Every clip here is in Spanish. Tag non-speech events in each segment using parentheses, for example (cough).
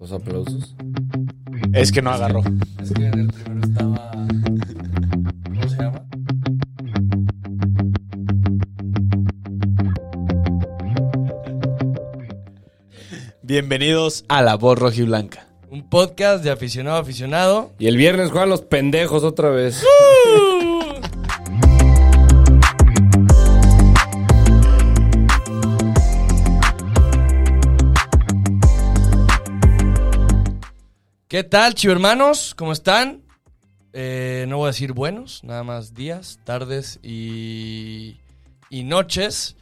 Los aplausos. Es que no agarró. Es que en el primero estaba. ¿Cómo se llama? Bienvenidos a La Voz Rojiblanca. Un podcast de aficionado a aficionado. Y el viernes juegan los pendejos otra vez. ¿Qué tal, chivo hermanos? ¿Cómo están? Eh, no voy a decir buenos, nada más días, tardes y, y noches.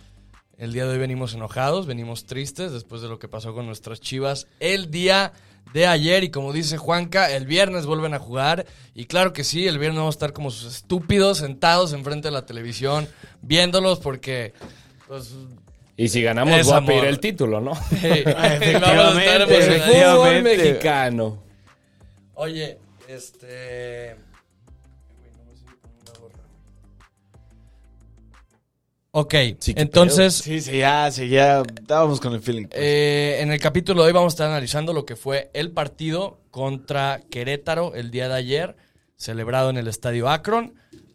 El día de hoy venimos enojados, venimos tristes después de lo que pasó con nuestras chivas el día de ayer. Y como dice Juanca, el viernes vuelven a jugar. Y claro que sí, el viernes vamos a estar como sus estúpidos sentados enfrente de la televisión viéndolos porque. pues, (laughs) Y si ganamos, Es voy a amor. pedir el título, (laughs) ¿no? hey, vamos a estar Efectivamente. El emocionados. fútbol Efectivamente. mexicano. Oye, este. Güey, no me sirve con una gorra. Ok, entonces Sí, sí, ya, sí, ya. Estábamos con el feeling. eh, en el capítulo de hoy vamos a estar analizando lo que fue el partido contra Querétaro el día de ayer, celebrado en el estadio Akron.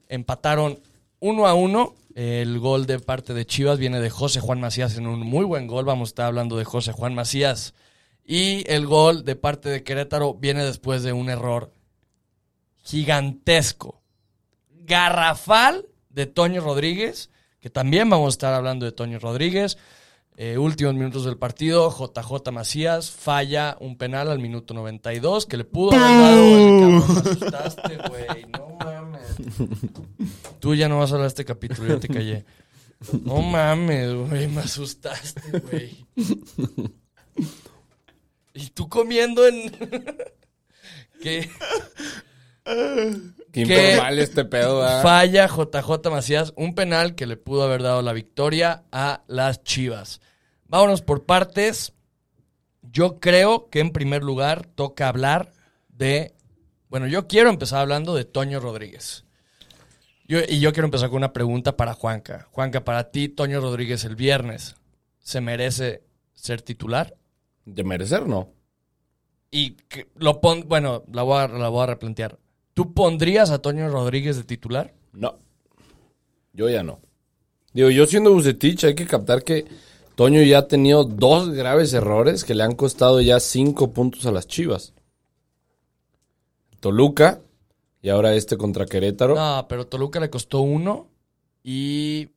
Empataron 1 a 1. El gol de parte de Chivas viene de José Juan Macías en un muy buen gol. Vamos a estar hablando de José Juan Macías. Y el gol de parte de Querétaro viene después de un error gigantesco, garrafal de Toño Rodríguez, que también vamos a estar hablando de Toño Rodríguez. Eh, últimos minutos del partido, JJ Macías falla un penal al minuto 92 que le pudo haber dado el cabrón, me asustaste, güey, no mames. Tú ya no vas a hablar de este capítulo, ya te callé. No mames, güey, me asustaste, güey. Y tú comiendo en... (laughs) ¿Qué? Qué ¿Qué? informal este pedo, ¿verdad? Falla JJ Macías un penal que le pudo haber dado la victoria a las Chivas. Vámonos por partes. Yo creo que en primer lugar toca hablar de... Bueno, yo quiero empezar hablando de Toño Rodríguez. Yo- y yo quiero empezar con una pregunta para Juanca. Juanca, para ti, Toño Rodríguez el viernes, ¿se merece ser titular? De merecer, ¿no? Y que lo pon... Bueno, la voy a- la voy a replantear. ¿Tú pondrías a Toño Rodríguez de titular? No. Yo ya no. Digo, yo siendo Bucetich, hay que captar que Toño ya ha tenido dos graves errores que le han costado ya cinco puntos a las Chivas. Toluca y ahora este contra Querétaro. No, pero Toluca le costó uno y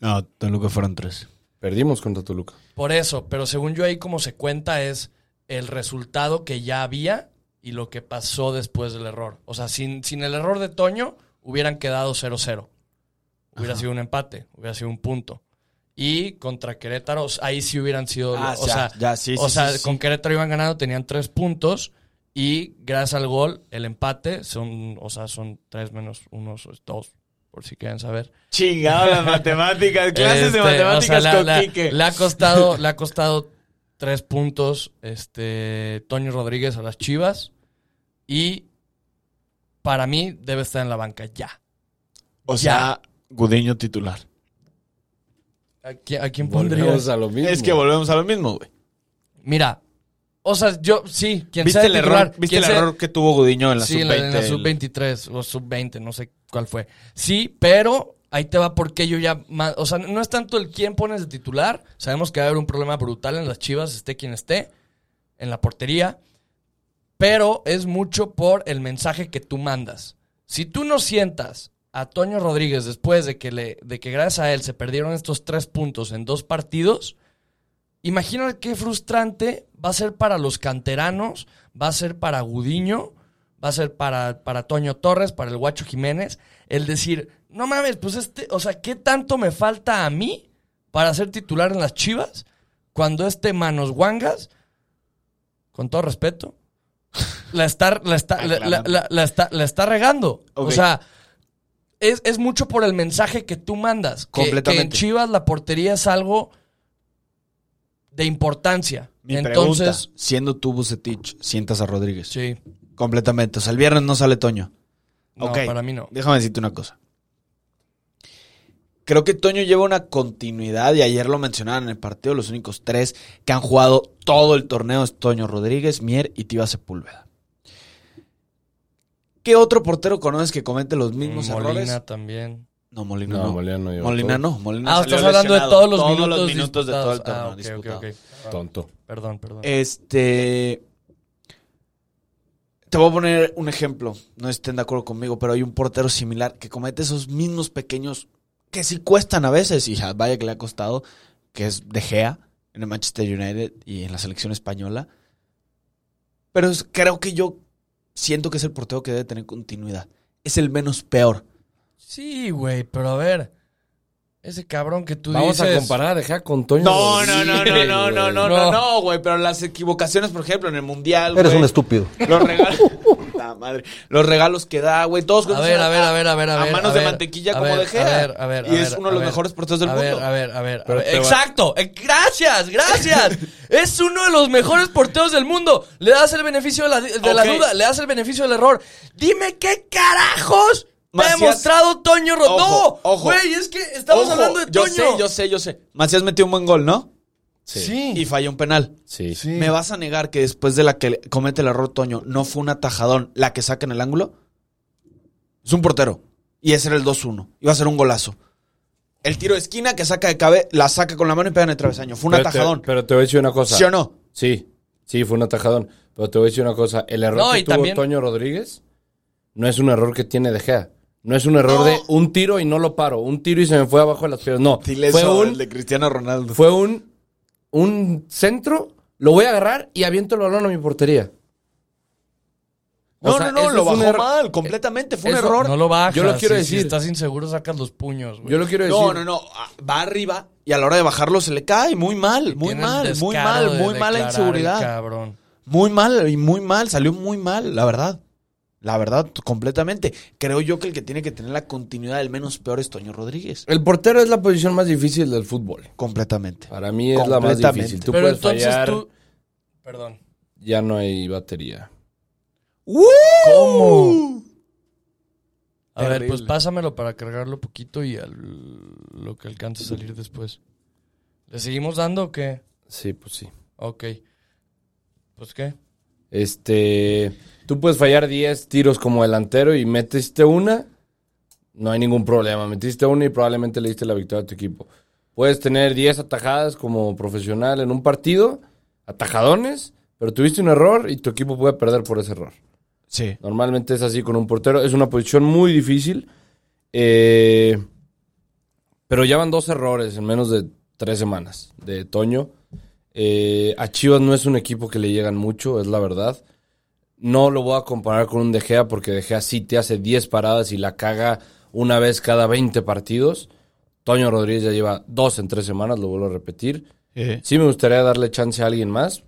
No, Toluca fueron tres. Perdimos contra Toluca. por eso, pero según yo ahí como se cuenta es el resultado que ya había y lo que pasó después del error. O sea, sin, sin el error de Toño hubieran quedado 0-0. Hubiera sido un empate, hubiera sido un punto. Y contra Querétaro, ahí sí hubieran sido... Ah, o ya, sea, ya, sí, o sí, sea sí, sí. con Querétaro iban ganando, tenían tres puntos y gracias al gol, el empate, son, o sea, son tres menos unos dos, por si quieren saber. Chingado las (laughs) matemáticas. Clases Este, de o matemáticas sea, la- con la- Quique. Le ha costado, le ha costado tres puntos este Toño Rodríguez a las Chivas. Y para mí debe estar en la banca ya. o sea, Gudiño titular. ¿A qui- a quién Volvemos pondrías? a lo mismo. Es que volvemos a lo mismo, güey. Mira, o sea, yo sí, quien ¿Viste sea el titular, error? ¿Viste quien el sea- error que tuvo Gudiño en la sí, en la- sub-20? en la sub-23 o sub-20, no sé cuál fue. Sí, pero ahí te va porque yo ya... ma- o sea, no es tanto el quién pones de titular. Sabemos que va a haber un problema brutal en las Chivas, esté quien esté, en la portería. Pero es mucho por el mensaje que tú mandas. Si tú no sientas a Toño Rodríguez después de que, le, de que gracias a él se perdieron estos tres puntos en dos partidos... Imagina qué frustrante va a ser para los canteranos, va a ser para Gudiño, va a ser para, para Toño Torres, para el Guacho Jiménez, el decir, no mames, pues este, o sea, ¿qué tanto me falta a mí para ser titular en las Chivas cuando este Manos Guangas, con todo respeto, (laughs) la está, la está, la, la- la- la está, la está regando? Ah, O Ok. sea, es, es mucho por el mensaje que tú mandas. que- Que, en Completamente. Chivas la portería es algo de importancia. Mi Entonces, pregunta, siendo tú Bucetich, sientas a Rodríguez. sí. Completamente. O sea, el viernes no sale Toño. No, Ok. para mí no. Déjame decirte una cosa. Creo que Toño lleva una continuidad y ayer lo mencionaban en el partido. Los únicos tres que han jugado todo el torneo es Toño Rodríguez, Mier y Tiva Sepúlveda. ¿Qué otro portero conoces que comete los mismos Molina errores? también. No, Molina No, no. Molina no lleva todo. Molina no. Molina Ah, salió estás hablando de lesionado. todos los minutos, de todo el torneo eh, disputados. Ah, ok, ok, disputado. ok. Ah, Tonto. Perdón, perdón. Este. Te voy a poner un ejemplo. No estén de acuerdo conmigo, pero hay un portero similar que comete esos mismos pequeños que sí cuestan a veces. Y ja, vaya que le ha costado, que es De Gea en el Manchester United y en la selección española. Pero es- creo que yo siento que es el portero que debe tener continuidad. Es el menos peor. Sí, güey, pero a ver. Ese cabrón que tú Vamos dices. a comparar, deja con Toño. Rodríguez, (laughs) güey. no, no, güey. Pero las equivocaciones, por ejemplo, en el Mundial. Eres un estúpido. Los regalos. Puta madre. Los regalos que da, güey. Todos A ver, a ver, a ver, a ver, a ver. manos a de ver, mantequilla a como ver, de Gea. A ver, a ver. Y a es ver, uno de los a ver. mejores porteros del A ver, mundo. A ver, a ver, a Pero ver. te va- Exacto. Eh, (laughs) Gracias, gracias. es uno de los mejores porteros del mundo. Le das el beneficio de, la, de la Ok. duda, le das el beneficio del error. Dime qué carajos me ha Macías- mostrado Toño Rodríguez. Ojo, no, ojo. güey, es que estamos Ojo, hablando de yo Toño. sé, yo sé, yo sé. Macías metió un buen gol, ¿no? Y Sí. falló un penal. Sí. Sí. ¿Me vas a negar que después de la que le- comete el error Toño, no fue un atajadón la que saca en el ángulo? Es un portero. Y ese era el 2-1. Iba a ser un golazo. El tiro de esquina que saca de cabeza, la saca con la mano y pega en el travesaño. Fue un Pero te- atajadón. pero te voy a decir una cosa. ¿Sí o no? Sí, sí, fue un atajadón. Pero te voy a decir una cosa. El error No, que y tuvo también- Toño Rodríguez no es un error que tiene De Gea. No es un error de un tiro y no lo paro. Un tiro y se me fue abajo de las piernas. No, fue un, de Cristiano Ronaldo. fue un, un centro, lo voy a agarrar y aviento el balón a mi portería. O No, sea, no, no, eso lo es un bajó error- mal, completamente. Fue Eso un error. No lo bajas. Yo lo quiero Si- decir. Si estás inseguro, sacas los puños, güey. Yo lo quiero decir. No, no, no. ah, Va arriba y a la hora de bajarlo se le cae. Muy mal, muy Tienes mal, muy descaro mal, de muy mala declarar el inseguridad. Cabrón. Muy mal y muy mal. Salió muy mal, la verdad. La verdad, t- completamente. Creo yo que el que tiene que tener la continuidad del menos peor es Toño Rodríguez. El portero es la posición más difícil del fútbol. Completamente. Para mí es la más Completamente. difícil. Tú Pero puedes entonces fallar, tú. Perdón. ya no hay batería. ¿Cómo? A ver, Terrible. pues pásamelo para cargarlo poquito y al- lo que alcance a salir después. ¿Le seguimos dando o qué? Sí, pues sí. Ok. Pues qué. Este, tú puedes fallar 10 tiros como delantero y metiste una, no hay ningún problema. Metiste una y probablemente le diste la victoria a tu equipo. Puedes tener 10 atajadas como profesional en un partido, atajadones, pero tuviste un error y tu equipo puede perder por ese error. Sí. Normalmente es así con un portero. Es una posición muy difícil. eh, pero ya van dos errores en menos de tres semanas de Toño. Eh, a Chivas no es un equipo que le llegan mucho, es la verdad. No lo voy a comparar con un De Gea porque De Gea sí te hace 10 paradas y la caga una vez cada 20 partidos. Toño Rodríguez ya lleva dos en tres semanas, lo vuelvo a repetir. eh, Sí me gustaría darle chance a alguien más.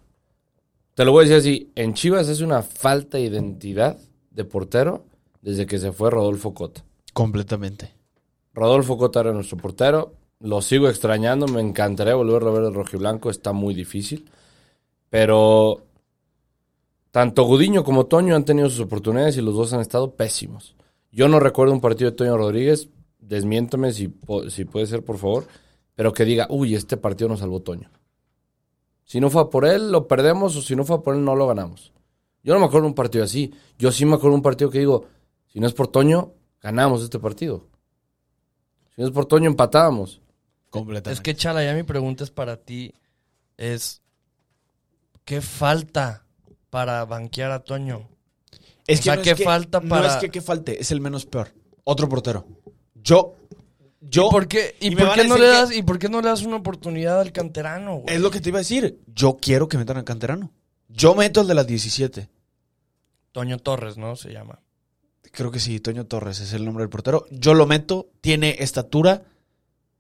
Te lo voy a decir así, en Chivas es una falta de identidad de portero desde que se fue Rodolfo Cota. Completamente. Rodolfo Cota era nuestro portero, lo sigo extrañando, me encantaría volverlo a ver el rojiblanco, está muy difícil. Pero tanto Gudiño como Toño han tenido sus oportunidades y los dos han estado pésimos. Yo no recuerdo un partido de Toño Rodríguez, desmiéntame si, po- si puede ser, por favor, pero que diga, uy, este partido nos salvó Toño. Si no fue por él, lo perdemos, o si no fue por él, no lo ganamos. Yo no me acuerdo de un partido así. Yo sí me acuerdo de un partido que digo, si no es por Toño, ganamos este partido. Si no es por Toño, empatábamos. Es Completamente. que, Chala, ya mi pregunta es para ti. Es. ¿Qué falta para banquear a Toño? o sea, ¿qué falta No para- es que qué falte, es el menos peor. Otro portero. Yo. Yo. ¿Y por qué, y y me por van qué a no le decir que- das, ¿Y por qué no le das una oportunidad al canterano, güey? Es lo que te iba a decir. Yo quiero que metan al canterano. Yo meto el de las 17. Toño Torres, ¿no? Se llama. Creo que sí, Toño Torres es el nombre del portero. Yo lo meto. Tiene estatura.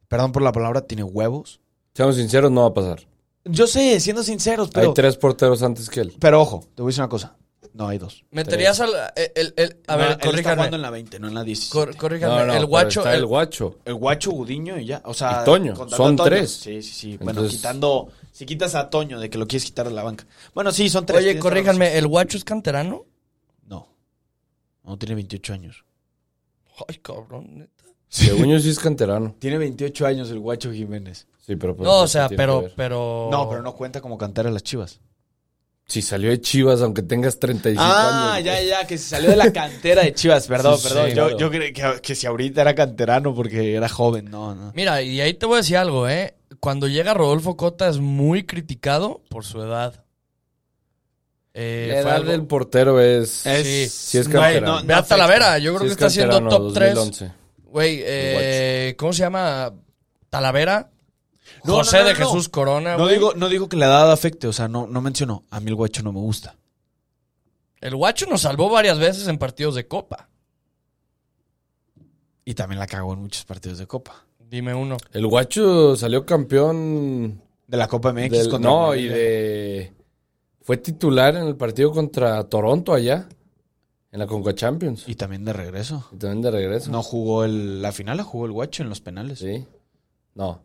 Perdón por la palabra, tiene huevos. Seamos sinceros, no va a pasar. Yo sé, siendo sinceros, pero. Hay tres porteros antes que él. Pero ojo, te voy a decir una cosa. No, hay dos. Meterías al. el- el- No, él el- a ver, está jugando corríjanme. en la 20, no en la 17. Cor- corríjanme. No, no, el pero guacho. está el el- guacho. El guacho Gudiño y ya. O sea, Y Toño, contando son a Toño. tres. Sí, sí, sí. Bueno, Entonces- quitando. Si quitas a Toño de que lo quieres quitar de la banca. Bueno, sí, son tres. Oye, tienes toda la corríjanme, ¿el guacho es canterano? razón. No. No tiene 28 años. Ay, cabrón, neta. Según yo sí es canterano. Tiene 28 años el guacho Jiménez. Sí, pero pues, No, o ¿qué sea, tiene que pero, ver? pero. No, pero no cuenta como cantera las chivas. Si salió de Chivas, aunque tengas 35 Ah, años. ya, güey. ya, que se salió (laughs) de la cantera de Chivas. Perdón, Sí, perdón. sí, yo, claro. yo creí que, que si ahorita era canterano porque era joven. No, no. Mira, y ahí te voy a decir algo, ¿eh? Cuando llega Rodolfo Cota es muy criticado por su edad. Eh, La fue edad algo- del portero es... Es- Sí, sí es no, canterano. no, Ve a Talavera, yo creo Sí que es está siendo canterano, top 3. 2011. Güey, eh, ¿cómo se llama? Talavera. No, José no, no, de no. Jesús Corona, No güey. digo, no digo que la edad afecte, o sea, no, no menciono. A mí el guacho no me gusta. El guacho nos salvó varias veces en partidos de copa. Y también la cagó en muchos partidos de Copa. Dime uno. El guacho salió campeón... De la Copa MX del- contra no, y Bolivia. de... Fue titular en el partido contra Toronto allá, en la Conca Champions. Y también de regreso. Y también de regreso. No jugó el, la final, la jugó el guacho en los penales. Sí, Sí. No.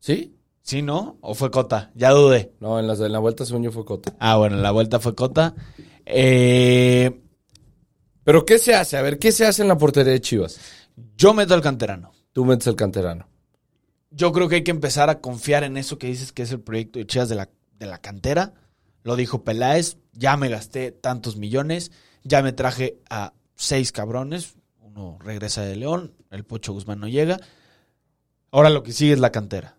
¿Sí? ¿no? ¿O fue Cota? Ya dudé. No, en, las, en la vuelta según yo fue Cota. Ah, bueno, la vuelta fue Cota. Eh, ¿Pero qué se hace? A ver, ¿qué se hace en la portería de Chivas? yo meto al canterano. Tú metes el canterano. Yo creo que hay que empezar a confiar en eso que dices que es el proyecto de Chivas de la, de la cantera. Lo dijo Peláez, ya me gasté tantos millones, ya me traje a seis cabrones, uno regresa de León, el Pocho Guzmán no llega. Ahora lo que sigue es la cantera.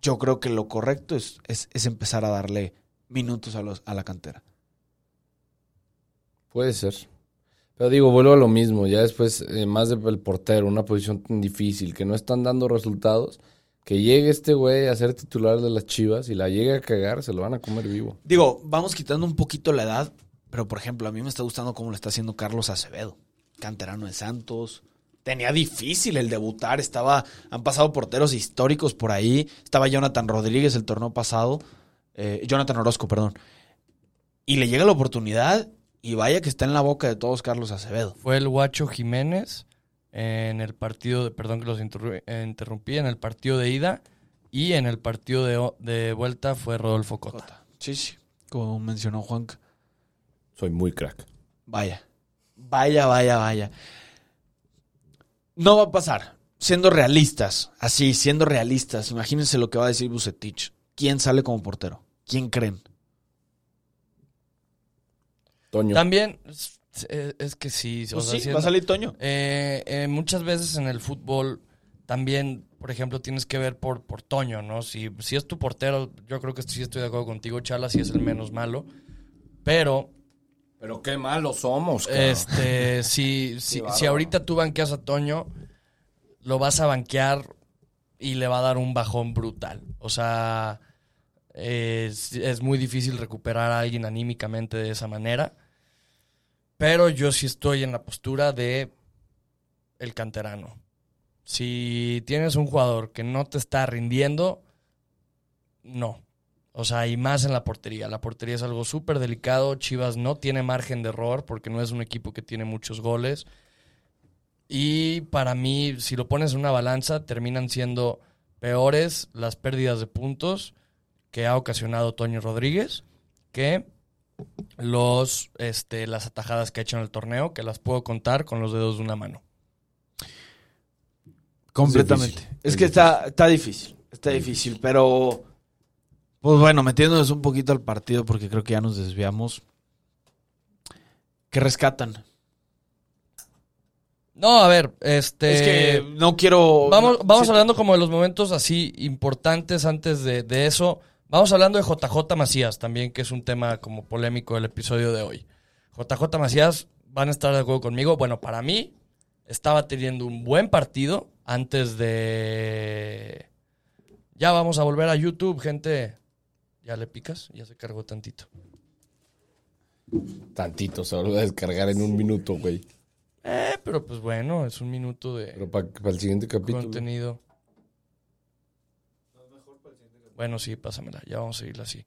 Yo creo que lo correcto es, es- es empezar a darle minutos a, los, a la cantera. Puede ser. Pero digo, vuelvo a lo mismo. Ya después, eh, más del portero, una posición tan difícil, que no están dando resultados. Que llegue este güey a ser titular de las Chivas y la llegue a cagar, se lo van a comer vivo. Digo, vamos quitando un poquito la edad, pero por ejemplo, a mí me está gustando cómo lo está haciendo Carlos Acevedo, canterano de Santos. Tenía difícil el debutar, estaba, han pasado porteros históricos por ahí, estaba Jonathan Rodríguez el torneo pasado, eh, Jonathan Orozco, perdón. Y le llega la oportunidad y vaya que está en la boca de todos Carlos Acevedo. Fue el guacho Jiménez en el partido de. Perdón que los interru- eh, interrumpí. En el partido de ida. Y en el partido de, o- de vuelta fue Rodolfo Cota. Sí, sí, como mencionó Juanca. Soy muy crack. Vaya. Vaya, vaya, vaya. No va a pasar. Siendo realistas, así, siendo realistas, imagínense lo que va a decir Bucetich. ¿Quién sale como portero? ¿Quién creen? Toño. También. Es, es- es que sí. Pues o sea, siendo- salir Toño. Eh, eh, muchas veces en el fútbol también, por ejemplo, tienes que ver por, por Toño, ¿no? Si, si es tu portero, yo creo que sí estoy de acuerdo contigo, Chala, si es el menos malo. Pero, Pero qué malos somos, este, si, si, si bárbaro. ahorita tú banqueas a Toño, lo vas a banquear y le va a dar un bajón brutal. O sea, es, es muy difícil recuperar a alguien anímicamente de esa manera. Pero yo sí estoy en la postura de el canterano. Si tienes un jugador que no te está rindiendo, no. O sea, y más en la portería. La portería es algo súper delicado. Chivas no tiene margen de error porque no es un equipo que tiene muchos goles. Y para mí, si lo pones en una balanza, terminan siendo peores las pérdidas de puntos que ha ocasionado Toño Rodríguez que los, este, las atajadas que ha hecho en el torneo, que las puedo contar con los dedos de una mano. Completamente. Es Es, difícil. que está, está difícil. Está difícil, pero. Pues bueno, metiéndonos un poquito al partido porque creo que ya nos desviamos. ¿Qué rescatan? No, a ver, este... es que no quiero. Vamos, no- vamos sí, hablando como de los momentos así importantes antes de, de eso. Vamos hablando de JJ Macías también, que es un tema como polémico del episodio de hoy. JJ Macías, van a estar de acuerdo conmigo. Bueno, para mí estaba teniendo un buen partido antes de... Ya vamos a volver a YouTube, gente. ¿Ya le picas? Ya se cargó tantito. Tantito, se lo a descargar en un minuto, güey. Eh, pero pues bueno, es un minuto de... Pero para el siguiente capítulo. contenido. Bueno, sí, pásamela. Ya vamos a seguirla así.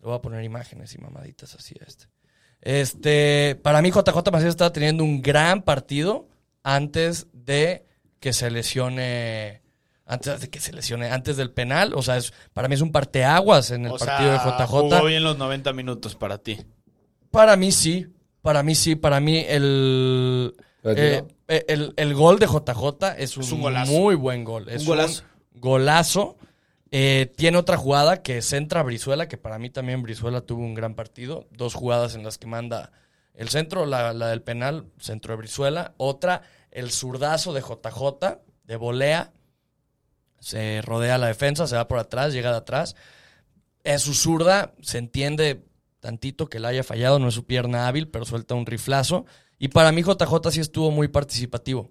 Le voy a poner imágenes y mamaditas así a este. Este, para mí JJ Macías estaba teniendo un gran partido antes de que se lesione antes de que se lesione antes del penal, o sea, es- para mí es un parteaguas en el O partido sea, de JJ. Jugó bien los 90 minutos para ti. Para mí sí, para mí sí, para mí el... ¿Pero a ti eh, no? eh, el, el gol de JJ es un, Es un golazo. muy buen gol. Es Un golazo. un golazo. Eh, tiene otra jugada que centra a Brizuela, que para mí también Brizuela tuvo un gran partido. Dos jugadas en las que manda el centro, la, la del penal, centro de Brizuela. Otra, el zurdazo de JJ, de volea. Se rodea la defensa, se va por atrás, llega de atrás. Es su zurda, se entiende tantito que la haya fallado, no es su pierna hábil, pero suelta un riflazo. Y para mí JJ sí estuvo muy participativo.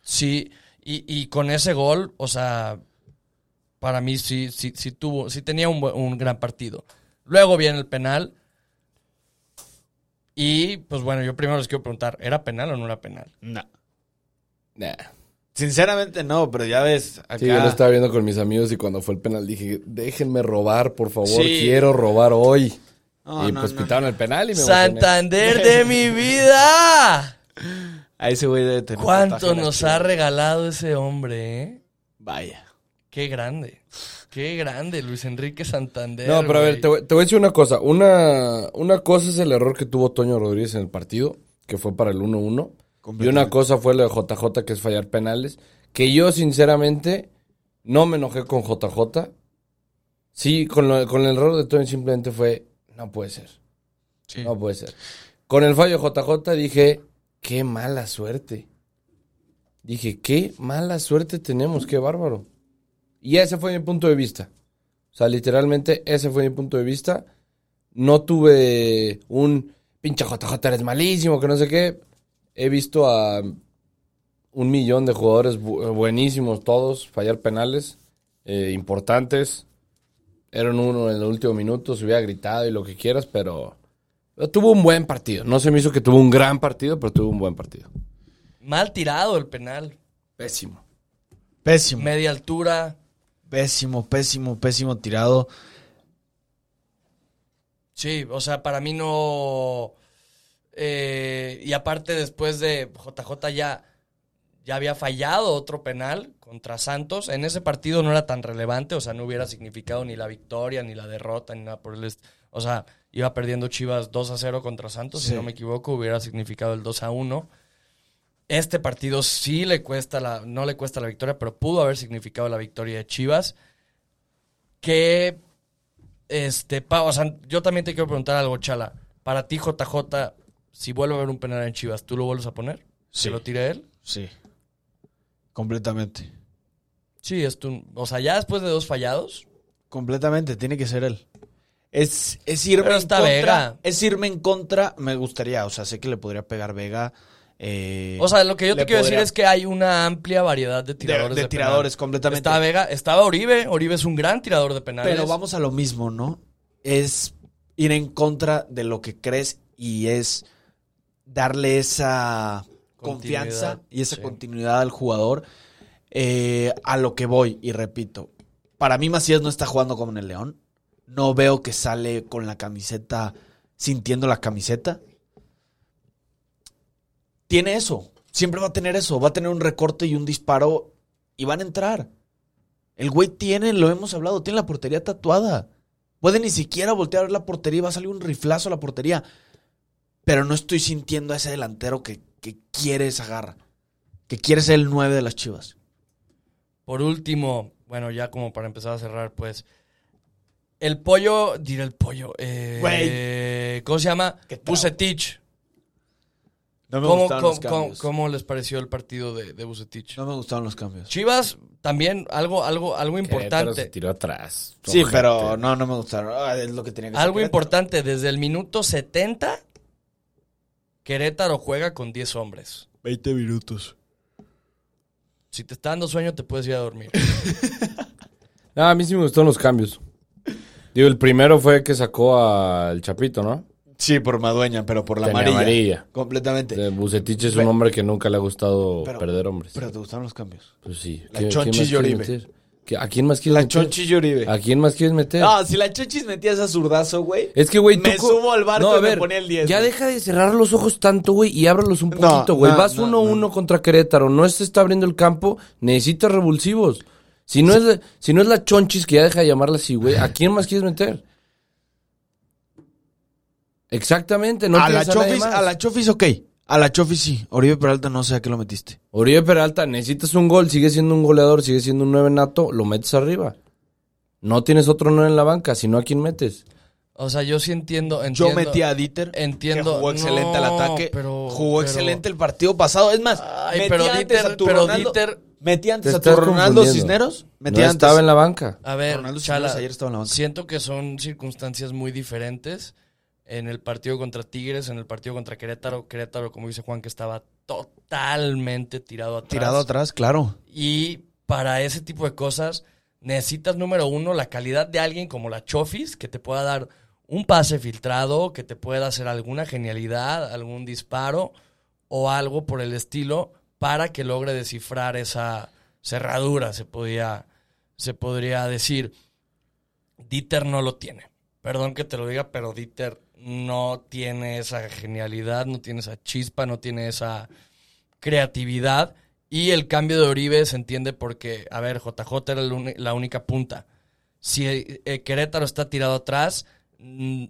Sí, y, y con ese gol, o sea, para mí sí, sí, sí tuvo, sí tenía un, bu- un gran partido. Luego viene el penal. Y pues bueno, yo primero les quiero preguntar, ¿era penal o no era penal? No. Nah. Sinceramente no, pero ya ves. Acá... Sí, yo lo estaba viendo con mis amigos y cuando fue el penal dije, déjenme robar, por favor, Sí. quiero robar hoy. No, y no, pues no. pitaron el penal y me emocioné. Santander de mi (laughs) vida. A ese güey debe tener ¿Cuánto tatuaje en la nos chiva. ha regalado ese hombre? eh? Vaya. Qué grande. Qué grande, Luis Enrique Santander. No, pero a ver, güey. te, voy- te voy a decir una cosa. Una, una cosa es el error que tuvo Toño Rodríguez en el partido, que fue para el 1-1. Y una cosa fue lo de JJ, que es fallar penales. Que yo, sinceramente, no me enojé con JJ. Sí, con, lo- con el error de Toño simplemente fue, no puede ser. Sí. No puede ser. Con el fallo de JJ dije, qué mala suerte. Dije, qué mala suerte tenemos, qué bárbaro. Y ese fue mi punto de vista. O sea, literalmente ese fue mi punto de vista. No tuve un pinche JJ eres malísimo, que no sé qué. He visto a un millón de jugadores bu- buenísimos todos fallar penales eh, importantes. Eran uno en el último minuto, se hubiera gritado y lo que quieras, pero pero tuvo un buen partido. No se me hizo que tuvo un gran partido, pero tuvo un buen partido. Mal tirado el penal. Pésimo. Pésimo. Media altura. Pésimo, pésimo, pésimo tirado. Sí, o sea, para mí no. eh, y aparte, después de JJ ya, ya había fallado otro penal contra Santos. En ese partido no era tan relevante, o sea, no hubiera significado ni la victoria, ni la derrota, ni nada por el. est- O sea, iba perdiendo Chivas 2 a 0 contra Santos, si Sí. no me equivoco, hubiera significado el 2 a 1. Este partido sí le cuesta la, no le cuesta la victoria, pero pudo haber significado la victoria de Chivas. Que este, pa, o sea, yo también te quiero preguntar algo, Chala. Para ti, JJ, si vuelve a haber un penal en Chivas, ¿tú lo vuelves a poner? Sí. ¿Se lo tira él? Sí. Completamente. Sí, es tu- O sea, ya después de dos fallados. Completamente, tiene que ser él. Es, es irme Pero en está contra. Vega. Es irme en contra, me gustaría. O sea, sé que le podría pegar Vega. eh, O sea, lo que yo te le quiero decir podría- es que hay una amplia variedad de de tiradores. de de penal. tiradores, completamente. Estaba Vega, estaba Oribe. Oribe es un gran tirador de penales. Pero vamos a lo mismo, ¿no? Es ir en contra de lo que crees y es darle esa confianza Continuidad, y esa sí. continuidad al jugador. Eh, a lo que voy, y repito, para mí Macías no está jugando como en el León. No veo que sale con la camiseta, sintiendo la camiseta. Tiene eso. Siempre va a tener eso. Va a tener un recorte y un disparo y van a entrar. El güey tiene, lo hemos hablado, tiene la portería tatuada. Puede ni siquiera voltear a ver la portería y va a salir un riflazo a la portería. Pero no estoy sintiendo a ese delantero que, que quiere esa garra. Que quiere ser el 9 de las chivas. Por último, bueno, ya como para empezar a cerrar, pues. El pollo, diré el pollo. eh, ¿Cómo se llama? Qué traba. Bucetich. No ¿Cómo, cómo- cómo- cómo les pareció el partido de, de Bucetich? No me gustaron los cambios. Chivas, también algo, algo, algo Querétaro se importante. tiró atrás. Sí, Ojete. pero no, no me gustaron. Ah, Es lo que tenía que ser Algo Querétaro. importante, desde el minuto 70, Querétaro juega con 10 hombres. 20 minutos. Si te está dando sueño, te puedes ir a dormir. No, a mí sí me gustaron los cambios. Digo, el primero fue que sacó al Chapito, ¿no? Sí, por Madueña, pero por la Tenía amarilla. amarilla. Completamente. De Bucetich es un hombre que nunca le ha gustado Pero- perder hombres. Pero te gustaron los cambios. pues sí. la ¿Qué- Chonchi quién más y Oribe. quieres meter? ¿Qué- ¿A quién más quieres La meter? Chonchi y Oribe. ¿A quién más quieres meter? No, si la Chonchis metía ese zurdazo, güey. Es que, güey, Me tú co- subo al barco No, a y me ver, ponía el 10. Ya güey. deja de cerrar los ojos tanto, güey, y ábralos un No, poquito, güey. no, Vas 1-1 no, no. contra Querétaro, no se está abriendo el campo, necesitas revulsivos. Si no, es la, si no es la chonchis, que ya deja de llamarla así, güey, ¿a quién más quieres meter? Exactamente, no a, la tienes nadie chofis, más. a la Chofis, ok. A la Chofi sí. Oribe Peralta no sé a qué lo metiste. Oribe Peralta, necesitas un gol, sigue siendo un goleador, sigue siendo un 9 nato, lo metes arriba. No tienes otro 9 en la banca, sino a quién metes. O sea, yo sí entiendo. Yo entiendo metí a Dieter. Entiendo. Que jugó excelente al No, ataque. pero- jugó pero- excelente el partido pasado. Es más, Ay, metí pero antes Dieter- a tu pero Ronaldo. Dieter- metí Te antes a tu estás Ronaldo confundiendo. Cisneros. Metí No antes. estaba en la banca. A ver, Ronaldo Cisneros Chala, ayer estaba en la banca. siento que son circunstancias muy diferentes. En el partido contra Tigres, en el partido contra Querétaro, Querétaro, como dice Juan, que estaba totalmente tirado atrás. Tirado atrás, claro. Y para ese tipo de cosas necesitas, número uno, la calidad de alguien como la Chofis, que te pueda dar un pase filtrado, que te pueda hacer alguna genialidad, algún disparo o algo por el estilo para que logre descifrar esa cerradura, se, podía, se podría decir. Dieter no lo tiene. Perdón que te lo diga, pero Dieter no tiene esa genialidad, no tiene esa chispa, no tiene esa creatividad. Y el cambio de Oribe se entiende porque, a ver, JJ era el uni- la única punta. Si eh, Querétaro está tirado atrás, mm,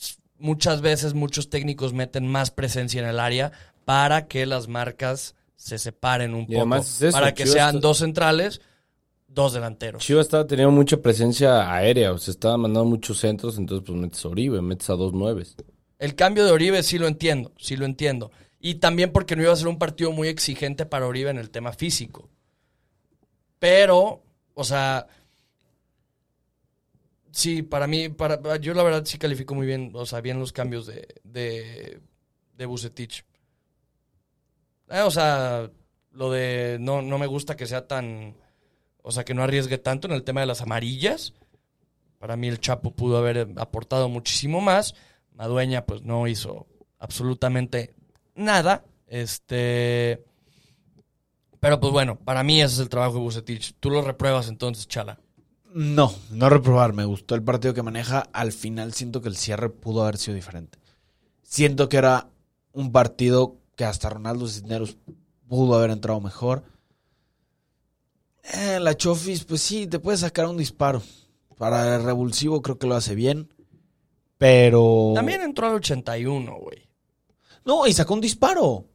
s- muchas veces muchos técnicos meten más presencia en el área para que las marcas se separen un Y poco. además es eso, para que Chivas sean está- dos centrales, dos delanteros. Chivas estaba teniendo mucha presencia aérea, o sea, estaba mandando muchos centros, entonces pues metes a Oribe, metes a dos nueves. El cambio de Oribe sí lo entiendo, sí lo entiendo. Y también porque no iba a ser un partido muy exigente para Oribe en el tema físico. Pero, o sea, sí, para mí, para, yo la verdad sí califico muy bien, o sea, bien los cambios de, de, de Vucetich. Eh, o sea, lo de no, no me gusta que sea tan, o sea, que no arriesgue tanto en el tema de las amarillas. Para mí el Chapo pudo haber aportado muchísimo más. Madueña pues no hizo absolutamente nada. Este pero pues bueno, para mí ese es el trabajo de Bucetich. Tú lo repruebas entonces, Chala. No, no reprobar. Me gustó el partido que maneja. Al final siento que el cierre pudo haber sido diferente. Siento que era un partido que hasta Ronaldo Cisneros pudo haber entrado mejor. Eh, la Chofis, pues sí, te puede sacar un disparo. Para el revulsivo creo que lo hace bien. Pero... También entró al 81, güey. No, y sacó un disparo.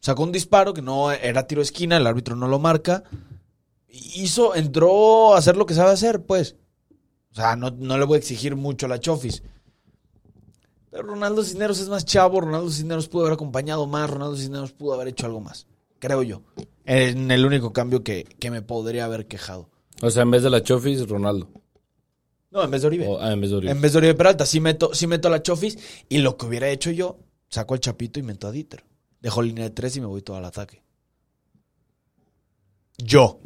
Sacó un disparo que no era tiro de esquina, el árbitro no lo marca. Hizo, entró a hacer lo que sabe hacer, pues. O sea, no, no le voy a exigir mucho a la Chofis. Pero Ronaldo Cisneros es más chavo, Ronaldo Cisneros pudo haber acompañado más, Ronaldo Cisneros pudo haber hecho algo más, creo yo. En el único cambio que, que me podría haber quejado. O sea, en vez de la Chofis, Ronaldo. No, en vez de Oribe. O, ah, en vez de Oribe. En vez de Oribe Peralta, sí meto, sí meto a la Chofis. Y lo que hubiera hecho yo, saco al Chapito y meto a Dieter. Dejo línea de tres y me voy todo al ataque. Yo.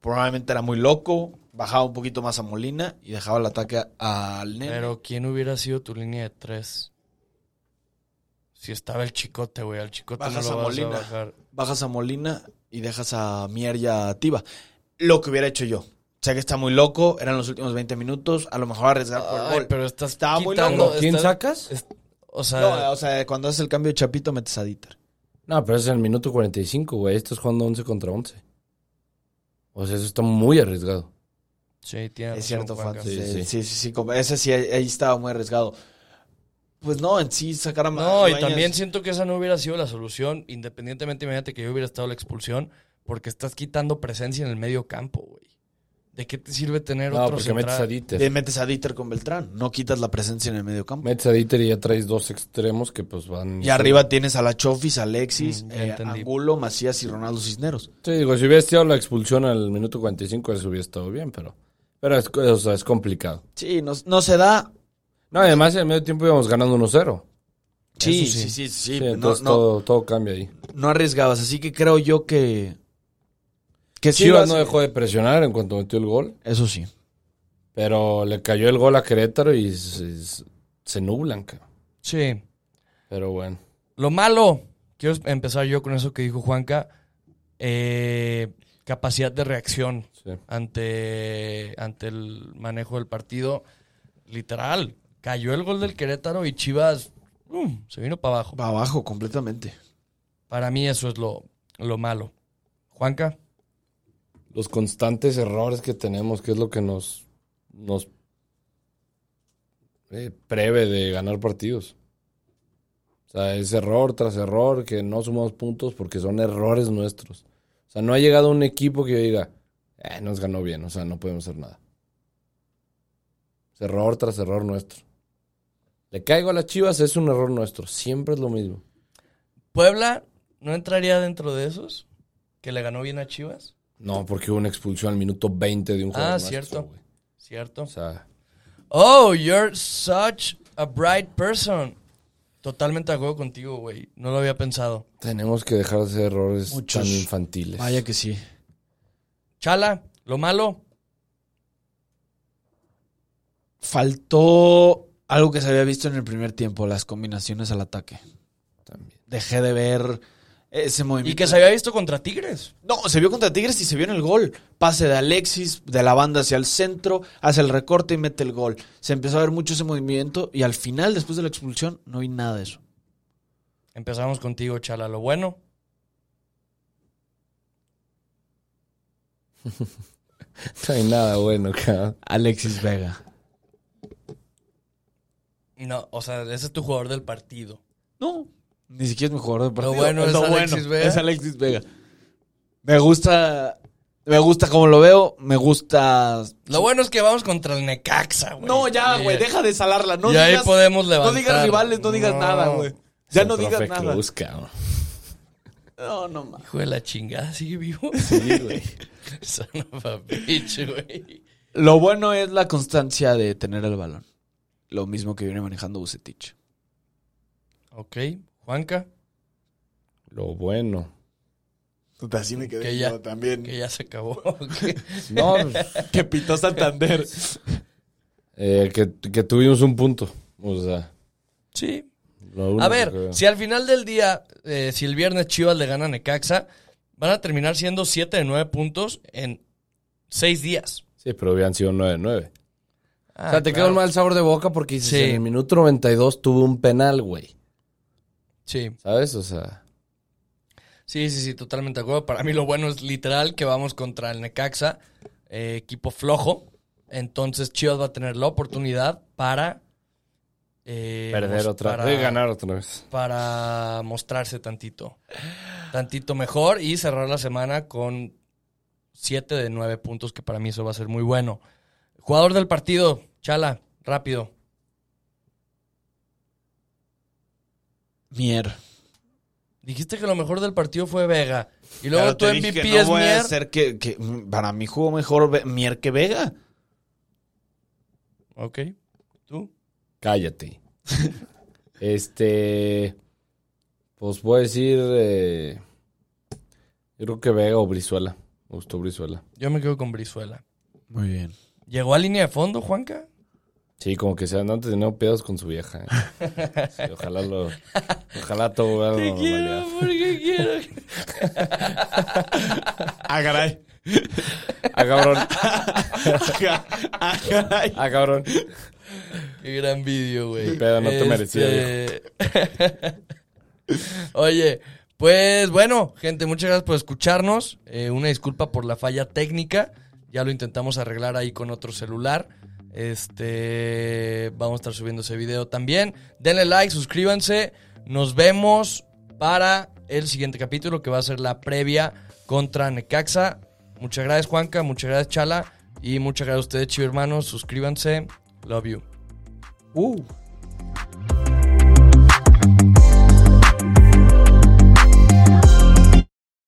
Probablemente era muy loco. Bajaba un poquito más a Molina y dejaba el ataque a- al Nene. Pero ¿quién hubiera sido tu línea de tres? Si estaba el chicote, güey. Al chicote Bajas no lo a vas Molina. a bajar. Bajas a Molina y dejas a Mier y a Tiba. Lo que hubiera hecho yo. Sé que está muy loco. Eran los últimos 20 minutos. A lo mejor arriesgar por el Ay, gol. pero estás Estaba muy quitando- loco. ¿Quién estás- sacas? es- o sea, No, eh. o sea, cuando haces el cambio de Chapito, metes a Dieter. No, pero es en el minuto 45, güey. Estás jugando 11 contra 11. O sea, eso está muy arriesgado. sí, tiene Es razón, cierto, Juan. Juanca. Sí, Sí, sí, sí. sí. sí, como ese sí, ahí ahí estaba muy arriesgado. Pues no, en sí sacar a Ma- No, y Dueñas- también siento que esa no hubiera sido la solución, independientemente, imagínate que yo hubiera estado la expulsión, porque estás quitando presencia en el medio campo, güey. ¿De qué te sirve tener No, otro porque metes a central? Dieter. Le metes a Dieter con Beltrán. No quitas la presencia en el medio campo. Metes a Dieter y ya traes dos extremos que pues van... Y arriba tienes a la Chofis, Alexis, Mm, ya eh, entendí. Angulo, Macías y Ronaldo Cisneros. Sí, digo, si hubiera estado la expulsión al minuto 45, eso hubiera estado bien, pero... Pero es, o sea, es complicado. Sí, no, no se da. No, además en el medio tiempo íbamos ganando 1-0. Sí, Eso sí, sí. sí, sí. Sí, no- entonces no, Todo, todo cambia ahí. no arriesgabas. Así que creo yo que. Que sí. Chivas lo no hace- dejó de presionar en cuanto metió el gol, Eso sí. pero le cayó el gol a Querétaro y se, se nublan, cabrón. Sí. Pero bueno. Lo malo, quiero empezar yo con eso que dijo Juanca, eh, capacidad de reacción Sí. ante, ante el manejo del partido. Literal, cayó el gol del Querétaro y Chivas um, se vino para abajo. Va abajo completamente. Para mí eso es lo, lo malo. Juanca, Los constantes errores que tenemos, que es lo que nos, nos eh, preve de ganar partidos. O sea, es error tras error que no sumamos puntos porque son errores nuestros. O sea, no ha llegado un equipo que yo diga, "Eh, nos ganó bien, o sea, no podemos hacer nada. Es error tras error nuestro. Le caigo a las chivas, es un error nuestro. Siempre es lo mismo. Puebla no entraría dentro de esos que le ganó bien a Chivas. No, porque hubo una expulsión al minuto 20 de un jugador. Ah, nuestro, cierto. güey. ¿Cierto? O sea, Oh, you're such a bright person. Totalmente de acuerdo contigo, güey. No lo había pensado. tenemos que dejar de hacer errores Muchos. tan infantiles. Vaya que sí. Chala, lo malo. Faltó algo que se había visto en el primer tiempo, las combinaciones al ataque. También. (laughs) Dejé de ver ese movimiento. Y que se había visto contra Tigres. No, se vio contra Tigres y se vio en el gol. Pase de Alexis, de la banda hacia el centro, hace el recorte y mete el gol. Se empezó a ver mucho ese movimiento y al final, después de la expulsión, no vi nada de eso. Empezamos contigo, Chala. Lo bueno. No hay nada bueno, cabrón. Alexis Vega. No, o sea, ese es tu jugador del partido. No, ni siquiera es mi jugador de partido. Lo bueno es Alexis Vega. Es Alexis Vega. Me gusta, me gusta como lo veo, me gusta... Eh, Lo bueno es que vamos contra el Necaxa, güey. No, ya, Y- güey, deja de salarla. No y digas, ahí podemos levantar. no digas rivales, no digas nada, güey. Ya no digas Profe nada. Cruz, cabrón. No, no, ma. Hijo de la chingada, sigue vivo. (laughs) Sí, güey. Son of a bitch, güey. Lo bueno es la constancia de tener el balón. Lo mismo que viene manejando Bucetich. Ok, Juanca, Lo bueno. (laughs) Así me Que quedé ya- yo también. que ya se acabó. ok. No, pues, Que pitó (laughs) Santander. Ah, eh, que, que tuvimos un punto. O sea, Sí. lo único A ver, que- si al final del día, eh, si el viernes Chivas le gana a Necaxa, van a terminar siendo 7 de 9 puntos en 6 días. Sí, pero habían sido 9-9. o sea, te quedó quedó un mal sabor de boca porque dices, Sí. en el minuto 92 tuve un penal, güey. Sí. ¿Sabes? O sea, Sí, sí, sí, totalmente de acuerdo. Para mí lo bueno es literal que vamos contra el Necaxa, eh, equipo flojo. Entonces Chivas va a tener la oportunidad para... eh, perder mos- otra para- vez. ganar otra vez. Para mostrarse tantito. Tantito mejor y cerrar la semana con 7 de 9 puntos, que para mí eso va a ser muy bueno. Jugador del partido, Chala, rápido. Mier. Dijiste que lo mejor del partido fue Vega. Y Pero luego tu te MVP dije que es no voy a Mier. Ser que, que, mm, para mí jugó mejor Ve- Mier que Vega. Ok. ¿Tú? Cállate. este. Pues voy a decir. eh, yo creo que Vega o Brizuela. Me gustó Brizuela. Yo me quedo con Brizuela. Muy bien. ¿Llegó a línea de fondo, Juanca? Sí, como que se andan teniendo pedos con su vieja. ¿eh? Sí, ojalá lo. Ojalá todo vuelva a Oh, la normalidad. porque quiero. Ah, (laughs) caray. Ah, cabrón. Ah, caray. Ah, cabrón. Qué gran vídeo, güey. Qué pedo, no te merecía, Este, (laughs) Oye, pues bueno, gente, muchas gracias por escucharnos. Eh, una disculpa por la falla técnica. Ya lo intentamos arreglar ahí con otro celular. Este, vamos a estar subiendo ese video también. Denle like, suscríbanse. Nos vemos para el siguiente capítulo que va a ser la previa contra Necaxa. Muchas gracias, Juanca. Muchas gracias, Chala. Y muchas gracias a ustedes, chivo hermanos. Suscríbanse. Love you. Uh.